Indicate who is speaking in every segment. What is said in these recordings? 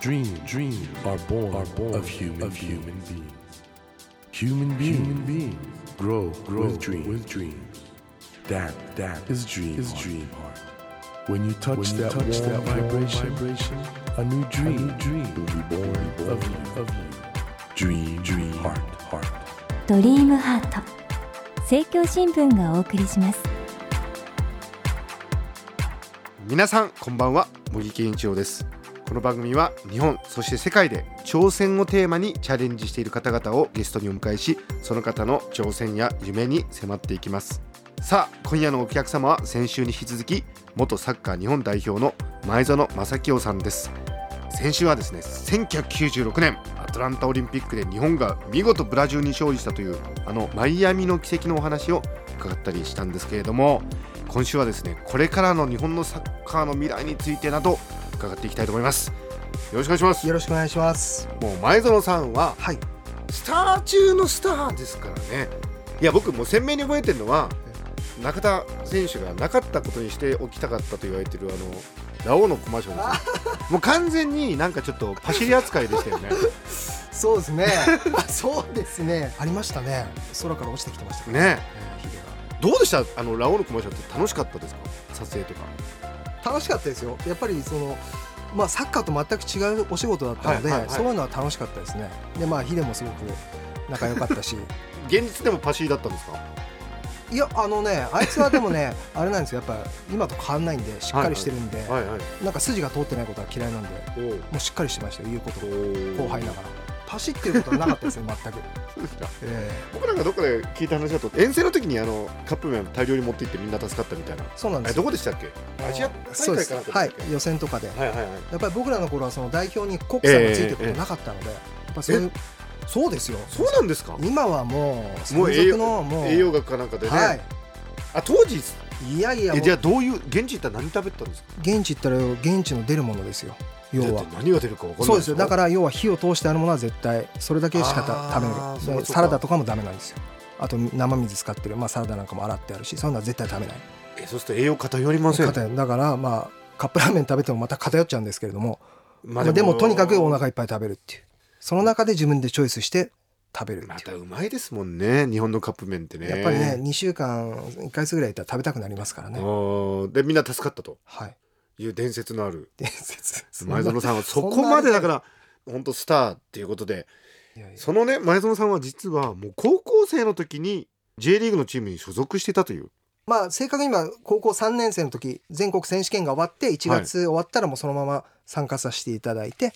Speaker 1: dreams, dreams are born, are born of human, of human beings. Human beings, human beings grow, grow with, dream, with dreams. That, that is dream, is dream heart. When you touch
Speaker 2: When you
Speaker 1: that,
Speaker 2: touch
Speaker 1: warm
Speaker 2: that warm
Speaker 1: vibration,
Speaker 2: vibration,
Speaker 1: a new dream,
Speaker 2: new dream
Speaker 1: will be born, of you, of you. Dream, dream heart, heart.
Speaker 3: ドリームハート政教新聞がお送りします
Speaker 4: 皆さんこんばんは茂木健一郎ですこの番組は日本そして世界で挑戦をテーマにチャレンジしている方々をゲストにお迎えしその方の挑戦や夢に迫っていきますさあ今夜のお客様は先週に引き続き元サッカー日本代表の前園正清さんです先週はですね1996年アトランタオリンピックで日本が見事ブラジルに勝利したというあのマイアミの奇跡のお話を伺ったりしたんですけれども今週はですねこれからの日本のサッカーの未来についてなど伺っていきたいと思いますよろしくお願いします
Speaker 5: よろしくお願いします。
Speaker 4: もう前園さんは
Speaker 5: はい。
Speaker 4: スター中のスターですからねいや僕もう鮮明に覚えてるのは中田選手がなかったことにしておきたかったと言われてるあのラオウのコマーシャルですもう完全になんかちょっとパシリ扱いでしたよ ね
Speaker 5: そうです ね。そうですね。ありましたね。空から落ちてきてましたね。
Speaker 4: ね
Speaker 5: ヒゲが
Speaker 4: どうでしたあのラオウのコマーシャルって楽しかったですか撮影とか
Speaker 5: 楽しかったですよ。やっぱりその。まあ、サッカーと全く違うお仕事だったの
Speaker 4: は
Speaker 5: で、
Speaker 4: いはいはい
Speaker 5: そういうのは楽しかったですね。で、まあ、ヒデもすごく仲良かったし。
Speaker 4: 現実でもパシリだったんですか
Speaker 5: いや、あのね、あいつはでもね、 あれなんですよ。やっぱ、今と変わんないんで、しっかりしてるんで、
Speaker 4: はいはい
Speaker 5: なんか筋が通ってないことは嫌いなんで。
Speaker 4: おう
Speaker 5: もうしっかりしてましたよ。言うこと
Speaker 4: お
Speaker 5: を
Speaker 4: う
Speaker 5: 後輩ながら。パシっていうことはなかったですね。全く。
Speaker 4: そうですか
Speaker 5: え
Speaker 4: 僕なんかどっかで聞いた話だと遠征の時にあのカップ麺を大量に持って行ってみんな助かったみたいな
Speaker 5: えそうなん
Speaker 4: あれ
Speaker 5: ですよ
Speaker 4: ど。こでしたっけアジア
Speaker 5: そう
Speaker 4: 大会
Speaker 5: です
Speaker 4: かなんか
Speaker 5: は
Speaker 4: だ
Speaker 5: い
Speaker 4: っけ、
Speaker 5: 予選とかで、
Speaker 4: はいはいはい
Speaker 5: やっぱり僕らの頃はその代表に国産がついてることなかったので、やっぱそういうそうですよ、
Speaker 4: そうなんですか
Speaker 5: 今はもう、
Speaker 4: もう栄養
Speaker 5: 専属のもう、
Speaker 4: 栄養学かなんかでね、
Speaker 5: は
Speaker 4: あ当時
Speaker 5: い、いやいや、
Speaker 4: え
Speaker 5: もう
Speaker 4: じゃあどういう現地行ったら何食べたんですか
Speaker 5: 現地行ったら、現地の出るものですよ、要
Speaker 4: だ
Speaker 5: は
Speaker 4: っ。て何が出るかわかんない
Speaker 5: そうですよだからら要は火を通してあるものは絶対それだけしか
Speaker 4: あー
Speaker 5: た食べ
Speaker 4: そうか
Speaker 5: ないだ
Speaker 4: そう
Speaker 5: か
Speaker 4: から
Speaker 5: サラダとかもダメなんですよあと生水使ってる、まあ、サラダなんかも洗ってあるしそういうのは絶対食べない
Speaker 4: えそうすると栄養偏りません
Speaker 5: 偏だからまあカップラーメン食べてもまた偏っちゃうんですけれども
Speaker 4: ま
Speaker 5: まあ、でもとにかくお腹いっぱい食べるっていうその中で自分でチョイスして食べるっていう、
Speaker 4: またうまいですもんね日本のカップ麺ってね
Speaker 5: やっぱりね2週間1ヶ月ぐらいいたら食べたくなりますからね
Speaker 4: おーでみんな助かったと
Speaker 5: はい
Speaker 4: いう伝説のある
Speaker 5: 伝説
Speaker 4: 前園さんはそ
Speaker 5: そんな
Speaker 4: こまでだから本当スターっていうことで
Speaker 5: いやいや
Speaker 4: そのね前園さんは実はもう高校生の時に J リーグのチームに所属してたという
Speaker 5: まあ正確に今高校3年生の時全国選手権が終わって1月終わったらもうそのまま参加させていただいて、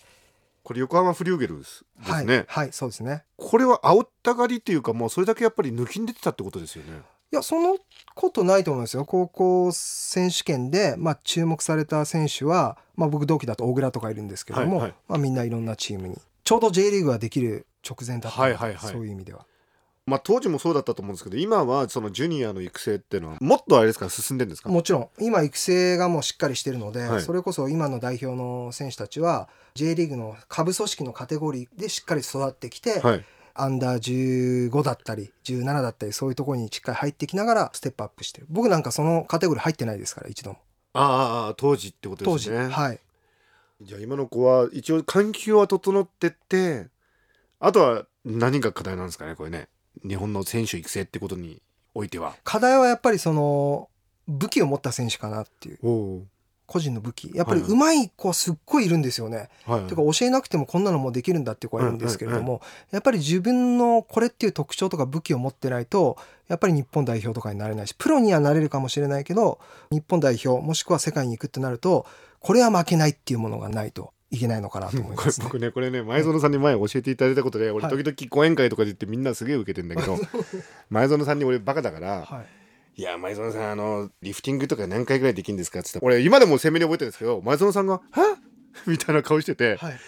Speaker 4: これ横浜フリューゲルですで
Speaker 5: は
Speaker 4: す
Speaker 5: い
Speaker 4: ね、
Speaker 5: はいそうですね
Speaker 4: これは煽ったがりっていうかもうそれだけやっぱり抜きんでてたってことですよね
Speaker 5: いやそのことないと思いますよ高校選手権で、まあ、注目された選手は、まあ、僕同期だと小倉とかいるんですけど
Speaker 4: は
Speaker 5: も、
Speaker 4: いはい
Speaker 5: まあ、みんないろんなチームにちょうど J リーグができる直前だったの
Speaker 4: はい
Speaker 5: で、
Speaker 4: はいはい
Speaker 5: そういう意味では
Speaker 4: まあ当時もそうだったと思うんですけど今はそのジュニアの育成っていうのはもっとあれですか進んでるんですか
Speaker 5: もちろん今育成がもうしっかりしてるので、
Speaker 4: はい
Speaker 5: それこそ今の代表の選手たちは J リーグの下部組織のカテゴリーでしっかり育ってきて、
Speaker 4: はい
Speaker 5: アンダー15だったり17だったりそういうところにしっかり入ってきながらステップアップしてる僕なんかそのカテゴリー入ってないですから一度も
Speaker 4: ああああ当時ってこと
Speaker 5: 当
Speaker 4: で
Speaker 5: 時、
Speaker 4: すね
Speaker 5: はい
Speaker 4: じゃあ今の子は一応環境は整ってってあとは何が課題なんですかねこれね日本の選手育成ってことにおいては
Speaker 5: 課題はやっぱりその武器を持った選手かなっていう
Speaker 4: お
Speaker 5: 個人の武器やっぱり
Speaker 4: はい
Speaker 5: 上手い子はすっごいいるんですよね、
Speaker 4: おはい
Speaker 5: てか教えなくてもこんなのもできるんだっていう子はいるんですけれども、やっぱり自分のこれっていう特徴とか武器を持ってないとやっぱり日本代表とかになれないしプロにはなれるかもしれないけど日本代表もしくは世界に行くってなるとこれは負けないっていうものがないといけないのかなと思い
Speaker 4: こ
Speaker 5: ま
Speaker 4: れ
Speaker 5: すね。
Speaker 4: 僕ねこれね前園さんに前教えていただいたことで俺
Speaker 5: はい
Speaker 4: 時々講演会とかで言ってみんなすげえ受けてんだけど 前園さんに俺バカだから
Speaker 5: はい、
Speaker 4: 「いや前園さんあのリフティングとか何回ぐらいできるんですか?」っつって俺今でも鮮明に覚えてるんですけど前園さんが「はみたいな顔してて
Speaker 5: はい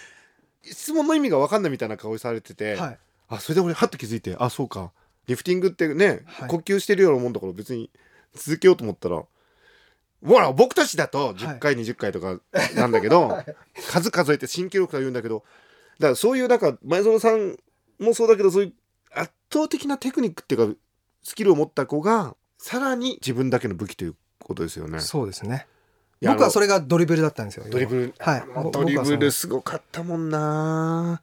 Speaker 4: 質問の意味が分かんないみたいな顔されてて
Speaker 5: はい
Speaker 4: あそれで俺はっと気づいてあそうかリフティングってね、
Speaker 5: はい
Speaker 4: 呼吸してるようなもんだから別に続けようと思ったらほら僕たちだと10回、20回とかなんだけど、 数数えて新記録とか言うんだけどだからそういうなんか前園さんもそうだけどそういう圧倒的なテクニックっていうかスキルを持った子がさらに自分だけの武器ということですよね。
Speaker 5: そうですね
Speaker 4: いや
Speaker 5: 僕はそ
Speaker 4: あの
Speaker 5: れがドリブルだったんですよ
Speaker 4: ドリブル、
Speaker 5: はい
Speaker 4: あのドリブルすごかったもんな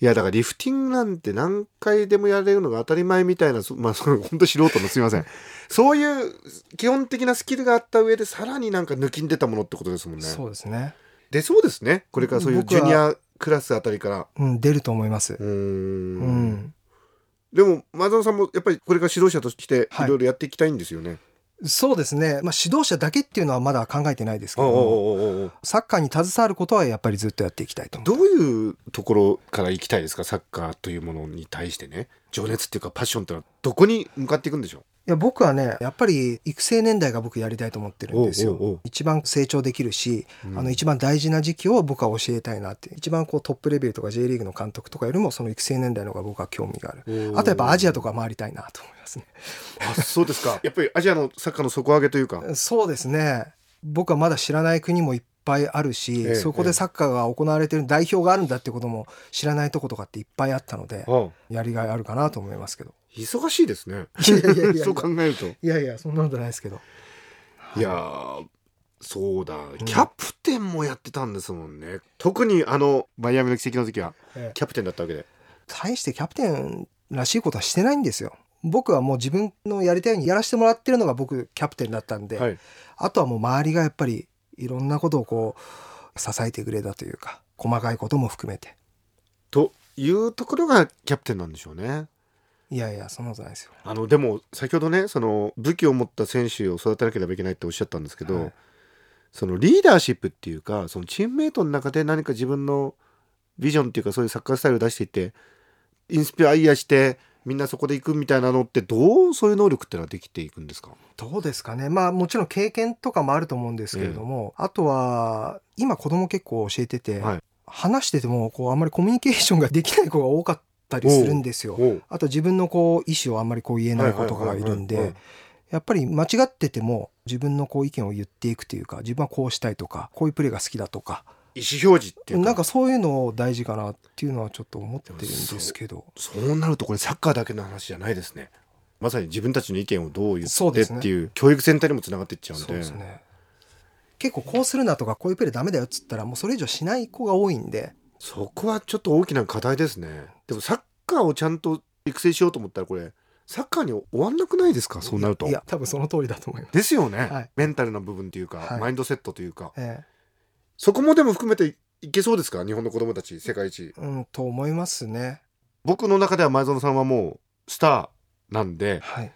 Speaker 4: いやだからリフティングなんて何回でもやれるのが当たり前みたいなそま あそう本当素人のすみませんそういう基本的なスキルがあった上でさらになんか抜きんでたものってことですもんね
Speaker 5: そうですね、
Speaker 4: 出そうですねこれからそういう
Speaker 5: 僕
Speaker 4: ジ
Speaker 5: は
Speaker 4: ュニアクラスあたりから
Speaker 5: うん、出ると思います
Speaker 4: うーん
Speaker 5: うん、
Speaker 4: でも前澤さんもやっぱりこれから指導者として
Speaker 5: はい
Speaker 4: いろいろやっていきたいんですよね、
Speaker 5: そうですね、まあ、指導者だけっていうのはまだ考えてないですけど
Speaker 4: おう
Speaker 5: も
Speaker 4: おうおうおうおう
Speaker 5: サッカーに携わることはやっぱりずっとやっていきたいと思う
Speaker 4: どういうところから行きたいですかサッカーというものに対してね情熱っていうかパッションってのはどこに向かっていくんでしょう
Speaker 5: いや僕はねやっぱり育成年代が僕やりたいと思ってるんですよ
Speaker 4: おうおうおう
Speaker 5: 一番成長できるし、あの一番大事な時期を僕は教えたいなって一番こうトップレベルとか J リーグの監督とかよりもその育成年代の方が僕は興味がある
Speaker 4: おー
Speaker 5: あとやっぱアジアとか回りたいなと思いますね
Speaker 4: あそうですか やっぱりアジアのサッカーの底上げというか
Speaker 5: そうですね僕はまだ知らない国もいっぱいあるし、
Speaker 4: ええ
Speaker 5: そこでサッカーが行われてる代表があるんだってことも知らないとことかっていっぱいあったので
Speaker 4: ああ
Speaker 5: やりがいあるかなと思いますけど
Speaker 4: 忙しいですね
Speaker 5: いやいやいやいや
Speaker 4: そう考えると
Speaker 5: いやいやそんなことないですけど
Speaker 4: いやーそうだキャプテンもやってたんですもんね、特にあのマイアミの奇跡の時は
Speaker 5: ええ
Speaker 4: キャプテンだったわけで、
Speaker 5: 大してキャプテンらしいことはしてないんですよ僕はもう自分のやりたいようにやらせてもらってるのが僕キャプテンだったんで、
Speaker 4: はい、
Speaker 5: あとはもう周りがやっぱりいろんなことをこう支えてくれたというか細かいことも含めて
Speaker 4: というところがキャプテンなんでしょうね
Speaker 5: いやいやそんなことないですよ
Speaker 4: あのでも先ほどねその武器を持った選手を育てなければいけないっておっしゃったんですけど、
Speaker 5: はい
Speaker 4: そのリーダーシップっていうかそのチームメイトの中で何か自分のビジョンっていうかそういうサッカースタイルを出していってインスピアイアしてみんなそこで行くみたいなのってどうそういう能力ってのはできていくんですか
Speaker 5: どうですかねまあもちろん経験とかもあると思うんですけれども、あとは今子供結構教えてて、
Speaker 4: はい
Speaker 5: 話しててもこうあんまりコミュニケーションができない子が多かったりするんですよ
Speaker 4: おう
Speaker 5: あと自分のこう意思をあんまりこう言えない子とかがいるん
Speaker 4: はいはいはいはい
Speaker 5: でやっぱり間違ってても自分のこう意見を言っていくというか自分はこうしたいとかこういうプレーが好きだとか
Speaker 4: 意思表示っていうか
Speaker 5: なんかそういうのを大事かなっていうのはちょっと思ってるんですけど
Speaker 4: そうなるとこれサッカーだけの話じゃないですねまさに自分たちの意見をどう言
Speaker 5: そう
Speaker 4: って
Speaker 5: で
Speaker 4: っ
Speaker 5: すね
Speaker 4: ていう教育全体にもつながっていっちゃうんで
Speaker 5: そうですね結構こうするなとかこういうプレーダメだよっつったらもうそれ以上しない子が多いんで
Speaker 4: そこはちょっと大きな課題ですね。でもサッカーをちゃんと育成しようと思ったらこれサッカーに終わんなくないですかそうなると。
Speaker 5: いや多分その通りだと思います。
Speaker 4: ですよね、
Speaker 5: はい
Speaker 4: メンタルな部分というか、
Speaker 5: はい
Speaker 4: マインドセットというか
Speaker 5: え
Speaker 4: そこもでも含めていけそうですか日本の子供たち世界一
Speaker 5: え、うんと思いますね。
Speaker 4: 僕の中では前園さんはもうスターなんで
Speaker 5: はい。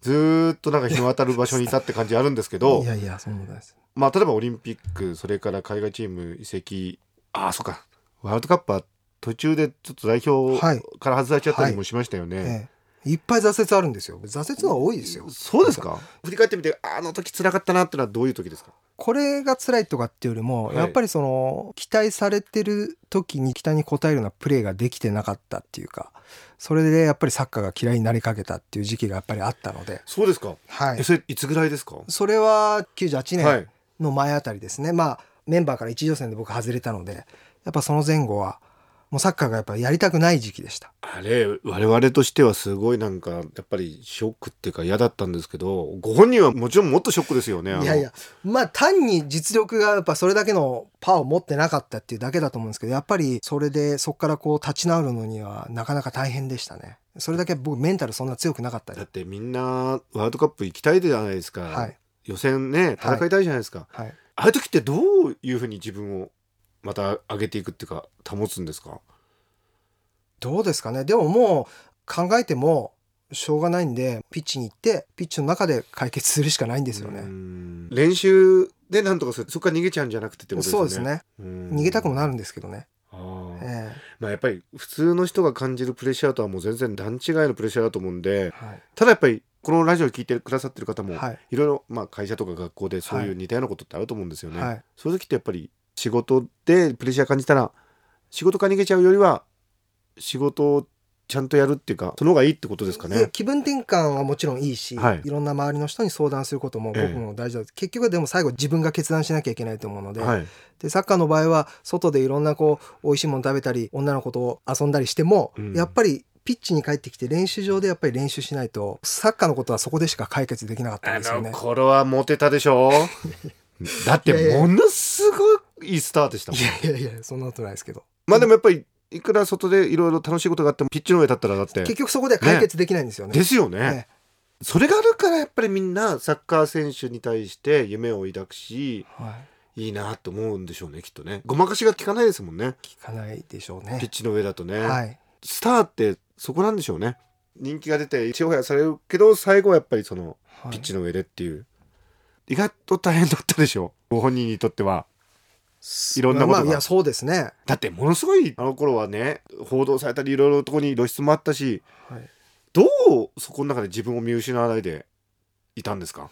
Speaker 4: ずーっとなんか日の当たる場所にいたって感じあるんですけど
Speaker 5: いやいやそんなことないです。
Speaker 4: まあ例えばオリンピックそれから海外チーム移籍ああそうかワールドカップは途中でちょっと代表
Speaker 5: はい
Speaker 4: から外れちゃったりもしましたよね。
Speaker 5: ええ、いっぱい挫折あるんですよ。挫折の方が多いですよ。
Speaker 4: そうですか振り返ってみてあの時辛かったなってのはどういう時ですか
Speaker 5: これが辛いとかっていうよりも、
Speaker 4: はい
Speaker 5: やっぱりその期待されてる時に期待に応えるようなプレーができてなかったっていうかそれでやっぱりサッカーが嫌いになりかけたっていう時期がやっぱりあったので、
Speaker 4: そうですか、
Speaker 5: は
Speaker 4: え、それいつぐらいですかは
Speaker 5: それは98
Speaker 4: はい
Speaker 5: 年の前あたりですね、まあメンバーから一次予選で僕外れたのでやっぱその前後はもうサッカーがやっぱりやりたくない時期でした。
Speaker 4: あれ我々としてはすごいなんかやっぱりショックっていうか嫌だったんですけどご本人はもちろんもっとショックですよねあの
Speaker 5: いやいやまあ単に実力がやっぱそれだけのパワーを持ってなかったっていうだけだと思うんですけどやっぱりそれでそこからこう立ち直るのにはなかなか大変でしたねそれだけ僕メンタルそんな強くなかった
Speaker 4: だっ
Speaker 5: り
Speaker 4: てみんなワールドカップ行きたいじゃないですか、
Speaker 5: はい
Speaker 4: 予選ね戦いたいじゃないですか、
Speaker 5: はい
Speaker 4: ああいう時ってどういうふうに自分をまた上げていくっていうか保つんですか
Speaker 5: どうですかねでももう考えてもしょうがないんでピッチに行ってピッチの中で解決するしかないんですよ
Speaker 4: う
Speaker 5: ね
Speaker 4: ん練習でなんとかするそこから逃げちゃうんじゃなくてってことです
Speaker 5: そ
Speaker 4: よ
Speaker 5: う
Speaker 4: ね
Speaker 5: ですね
Speaker 4: うん
Speaker 5: 逃げたくもなるんですけどね、
Speaker 4: あー
Speaker 5: え
Speaker 4: まあ、やっぱり普通の人が感じるプレッシャーとはもう全然段違いのプレッシャーだと思うんで
Speaker 5: えはい
Speaker 4: ただやっぱりこのラジオを聞いてくださってる方も、
Speaker 5: はい
Speaker 4: い、ろいろまあ会社とか学校でそうい
Speaker 5: は
Speaker 4: う
Speaker 5: い
Speaker 4: 似たようなことってあると思うんですよね。
Speaker 5: はい
Speaker 4: そういう時ってやっぱり仕事でプレッシャー感じたら仕事から逃げちゃうよりは仕事をちゃんとやるっていうかその方がいいってことですか
Speaker 5: で
Speaker 4: ね。
Speaker 5: 気分転換はもちろんいいし、
Speaker 4: はい
Speaker 5: い、ろんな周りの人に相談することも僕も大事だ、結局はでも最後自分が決断しなきゃいけないと思うので,、
Speaker 4: はい、
Speaker 5: でサッカーの場合は外でいろんなこう美味しいもの食べたり女の子と遊んだりしても、
Speaker 4: うん
Speaker 5: やっぱりピッチに帰ってきて練習場でやっぱり練習しないとサッカーのことはそこでしか解決できなかったんですよね。
Speaker 4: 頃はモテたでしょだって
Speaker 5: いやいや
Speaker 4: ものすごいいいスタートしたもん
Speaker 5: いやいやいやそんなことないですけど
Speaker 4: まあでもやっぱりいくら外でいろいろ楽しいことがあってもピッチの上立ったらだって
Speaker 5: 結局そこでは解決できないんですよね
Speaker 4: ですよね
Speaker 5: え
Speaker 4: それがあるからやっぱりみんなサッカー選手に対して夢を抱くし
Speaker 5: えはい、
Speaker 4: いいなと思うんでしょうねきっとねごまかしが効かないですもんね
Speaker 5: 聞かないでしょう
Speaker 4: ピッ
Speaker 5: ね
Speaker 4: チの上だとね、
Speaker 5: はい
Speaker 4: スターってそこなんでしょうね人気が出て一応やされるけど最後はやっぱりその
Speaker 5: はい
Speaker 4: ピッチの上でっていう、意外と大変だったでしょご本人にとってはいいろんなことが
Speaker 5: まあ、いやそうですね、
Speaker 4: だってものすごいあの頃はね報道されたりいろいろなとこに露出もあったし
Speaker 5: はい、
Speaker 4: どうそこの中で自分を見失わないでいたんですか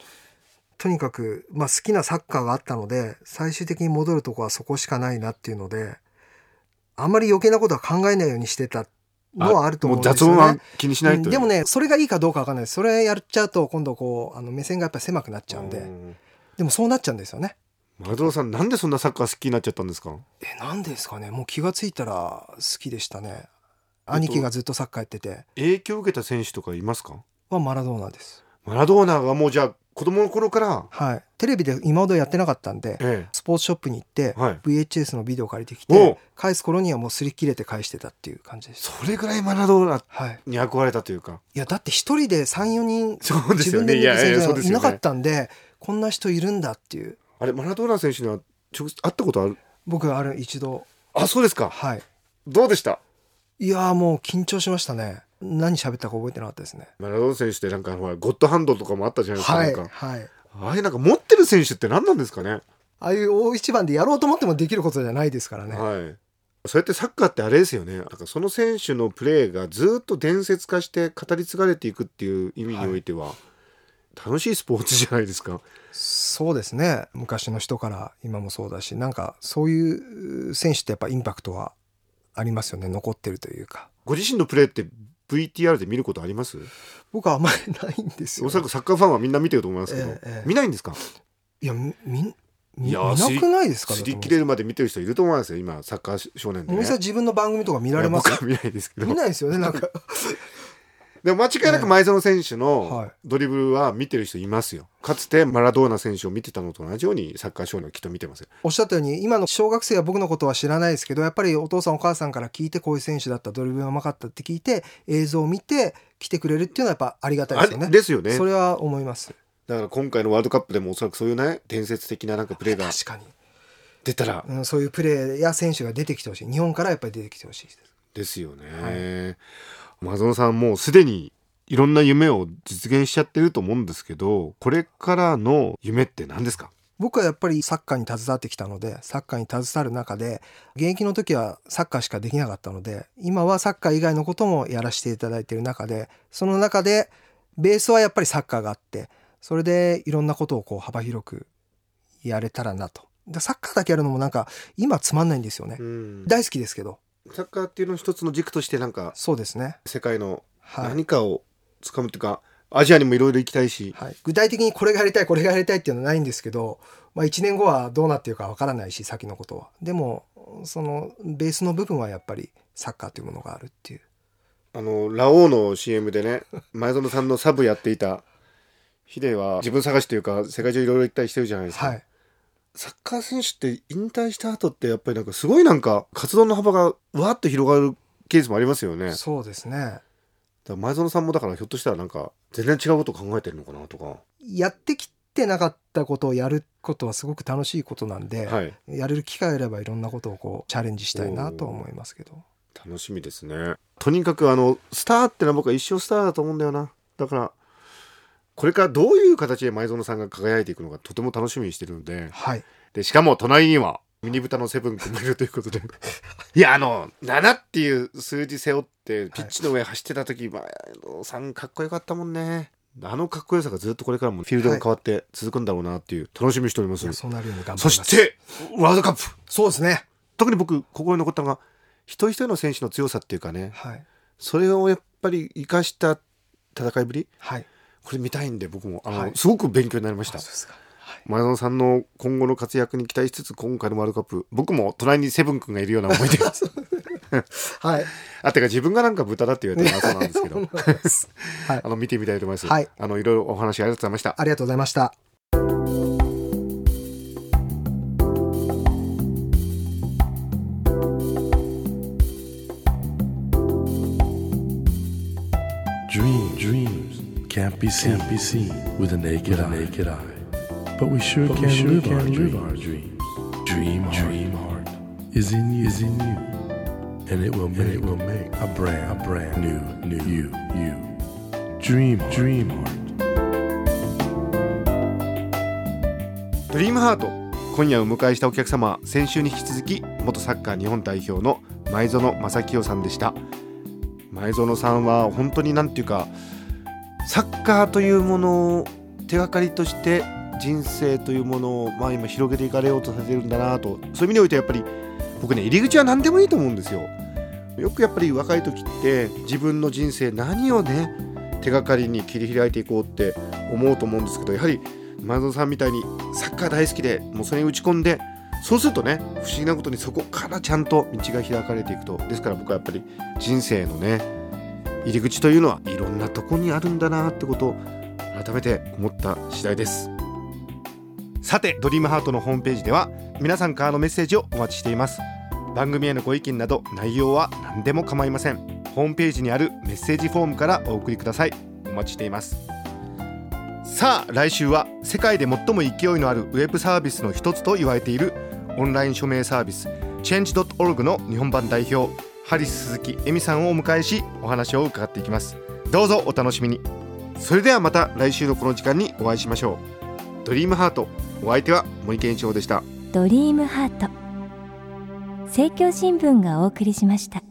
Speaker 5: とにかく、まあ、好きなサッカーがあったので最終的に戻るとこはそこしかないなっていうのであんまり余計なことは考えないようにしてたのはあると思うんですよね。
Speaker 4: もう雑音は気にしないという、
Speaker 5: うんでもねそれがいいかどうかわかんないですそれやっちゃうと今度こうあの目線がやっぱり狭くなっちゃうんで、
Speaker 4: うん
Speaker 5: でもそうなっちゃうんですよね。
Speaker 4: マドローさんなんでそんなサッカー好きになっちゃったんですか
Speaker 5: えなんでですかねもう気がついたら好きでしたね。兄貴がずっとサッカーやってて
Speaker 4: 影響を受けた選手とかいますか
Speaker 5: はマラドーナです。
Speaker 4: マラドーナがもうじゃあ子供の頃から
Speaker 5: はい、テレビで今ほどやってなかったんで
Speaker 4: え
Speaker 5: スポーツショップに行って、
Speaker 4: はい
Speaker 5: VHS のビデオ借りてき
Speaker 4: おう
Speaker 5: て返す頃にはもう擦り切れて返してたっていう感じで
Speaker 4: え
Speaker 5: す、
Speaker 4: それぐらいマラドーナ
Speaker 5: はい、
Speaker 4: に憧れたというか
Speaker 5: いやだって一人で34人
Speaker 4: そうで
Speaker 5: 自
Speaker 4: すよ
Speaker 5: 分
Speaker 4: ねい
Speaker 5: で見る
Speaker 4: やいやそうで
Speaker 5: 選手
Speaker 4: す
Speaker 5: いな
Speaker 4: よ
Speaker 5: かっ
Speaker 4: ね
Speaker 5: たんでこんな人いるんだっていう
Speaker 4: あれマラドーナ選手には直接会ったことある
Speaker 5: 僕ある一度
Speaker 4: あそうですか
Speaker 5: はい
Speaker 4: どうでした
Speaker 5: いやーもう緊張しましたね何喋ったか覚えてなかったですね
Speaker 4: マラドーナ選手ってなんかほらゴッドハンドとかもあったじゃないですか,、
Speaker 5: はい
Speaker 4: なんか
Speaker 5: はい
Speaker 4: ああいうなんか持ってる選手って何なんですかね
Speaker 5: ああいう大一番でやろうと思ってもできることじゃないですからね、
Speaker 4: はい。そうやってサッカーってあれですよね。なんかその選手のプレーがずっと伝説化して語り継がれていくっていう意味においては、楽しいスポーツじゃないですか。
Speaker 5: そうですね昔の人から今もそうだしなんかそういう選手ってやっぱインパクトはありますよね残ってるというか
Speaker 4: ご自身のプレーって VTR で見ることあります？
Speaker 5: 僕はあまりないんですよ
Speaker 4: おそらくサッカーファンはみんな見てると思いますけど、
Speaker 5: ええええ
Speaker 4: 見ないんですか？
Speaker 5: いやみみん
Speaker 4: い
Speaker 5: み見
Speaker 4: や
Speaker 5: なくないですか
Speaker 4: 擦り切れるまで見てる人いると思いますよ。今サッカー少年で
Speaker 5: お
Speaker 4: ね。
Speaker 5: 店は自分の番組とか見られます
Speaker 4: いや僕は見ないですけど
Speaker 5: 見。ないですよねなんか
Speaker 4: でも間違いなく前園選手
Speaker 5: は
Speaker 4: の
Speaker 5: い
Speaker 4: ドリブルは見てる人いますよ。かつてマラドーナ選手を見てたのと同じようにサッカー少年をきっと見てますよ。
Speaker 5: おっしゃったように今の小学生は僕のことは知らないですけどやっぱりお父さんお母さんから聞いてこういう選手だったドリブルがうまかったって聞いて映像を見て来てくれるっていうのはやっぱありがたいですよ
Speaker 4: あ
Speaker 5: ね
Speaker 4: れですよね。
Speaker 5: それは思います
Speaker 4: だから今回のワールドカップでもおそらくそういうね伝説的ななんかプレーが
Speaker 5: 確かに、
Speaker 4: 出たら
Speaker 5: うん、そういうプレーや選手が出てきてほしい日本からやっぱり出てきてほしいです
Speaker 4: ですよね。マゾンさんもうすでにいろんな夢を実現しちゃってると思うんですけどこれからの夢って何ですか
Speaker 5: 僕はやっぱりサッカーに携わってきたのでサッカーに携わる中で現役の時はサッカーしかできなかったので今はサッカー以外のこともやらせていただいている中でその中でベースはやっぱりサッカーがあってそれでいろんなことをこう幅広くやれたらなとでサッカーだけやるのもなんか今つまんないんですよね、
Speaker 4: だ
Speaker 5: 大好きですけど
Speaker 4: サッカーっていうのを一つの軸としてなんか
Speaker 5: そうですね
Speaker 4: 世界の
Speaker 5: はい、
Speaker 4: 何かをつかむというか、アジアにもいろいろ行きたいし、
Speaker 5: はい、具体的にこれがやりたいこれがやりたいっていうのはないんですけど、まあ、1年後はどうなってるかわからないし先のことはでもそのベースの部分はやっぱりサッカーというものがあるっていう
Speaker 4: あのラオウの CM で ね前園さんのサブやっていたヒデは自分探しというか世界中いろいろ行ったりしてるじゃないですか。
Speaker 5: はい
Speaker 4: サッカー選手って引退した後ってやっぱりなんかすごいなんか活動の幅がわーっと広がるケースもありますよね。だか
Speaker 5: そうですね
Speaker 4: ら前園さんもだからひょっとしたらなんか全然違うことを考えてるのかなとか。
Speaker 5: やってきてなかったことをやることはすごく楽しいことなんで、
Speaker 4: はい。
Speaker 5: やれる機会があればいろんなことをこうチャレンジしたいなとは思いますけど
Speaker 4: 楽しみですね。とにかくあのスターってのは僕は一生スターだと思うんだよな。だからこれからどういう形で前園さんが輝いていくのかとても楽しみにしてるので。
Speaker 5: はい
Speaker 4: で、しかも隣にはミニブタのセブン君もいるということで。 いや、あの、7っていう数字背負って、ピッチの上走ってた時、まあ、あのさんかっこよかったもんね。あのかっこよさがずっとこれからもフィールドが変わって続くんだろうなっていう、楽しみにしておりま
Speaker 5: い
Speaker 4: す
Speaker 5: や。そうなるように頑張り
Speaker 4: そ
Speaker 5: ます
Speaker 4: して、ワールドカップ。
Speaker 5: そうですね
Speaker 4: 特に僕、心に残ったのが、一人一人の選手の強さっていうかね、
Speaker 5: はい
Speaker 4: それをやっぱり生かした戦いぶり、
Speaker 5: はい
Speaker 4: これ見たいんで、僕も、あの、
Speaker 5: はい
Speaker 4: すごく勉強になりました
Speaker 5: あそう。ですかはい
Speaker 4: 前園さんの今後の活躍に期待しつつ今回のワールドカップ僕も隣にセブン君がいるような思い出 が
Speaker 5: はい
Speaker 4: あてか自分がなんか豚だって言われてる朝なんですけど
Speaker 5: はい
Speaker 4: あの見てみたいと思います、
Speaker 5: はい
Speaker 4: あのいろいろお話ありがとうございました
Speaker 5: ありがとうございました
Speaker 1: be seen, be seen with the naked, eye. naked eye. But we sure can, live, our dreams. Dream, dream heart is in you, is in you, and it will make, it will make a brand, a brand new, new you, you. Dream, dream heart.
Speaker 4: ドリームハート今夜お迎えしたお客様は先週に引き続き元サッカー日本代表の前園正清さんでした前園さんは本当になんていうかサッカーというものを手がかりとして人生というものをまあ今広げていかれようとされてるんだなとそういう意味においてやっぱり僕ね入り口は何でもいいと思うんですよよくやっぱり若い時って自分の人生何をね手がかりに切り開いていこうって思うと思うんですけどやはり前園さんみたいにサッカー大好きでもうそれに打ち込んでそうするとね不思議なことにそこからちゃんと道が開かれていくとですから僕はやっぱり人生のね入り口というのはいろんなとこにあるんだなってことを改めて思った次第ですさてドリームハートのホームページでは皆さんからのメッセージをお待ちしています番組へのご意見など内容は何でも構いませんホームページにあるメッセージフォームからお送りくださいお待ちしていますさあ来週は世界で最も勢いのあるウェブサービスの一つと言われているオンライン署名サービス Change.org の日本版代表ハリス鈴木恵美さんをお迎えしお話を伺っていきますどうぞお楽しみにそれではまた来週のこの時間にお会いしましょうドリームハートお相手は森健一郎でした
Speaker 3: ドリームハート政教新聞がお送りしました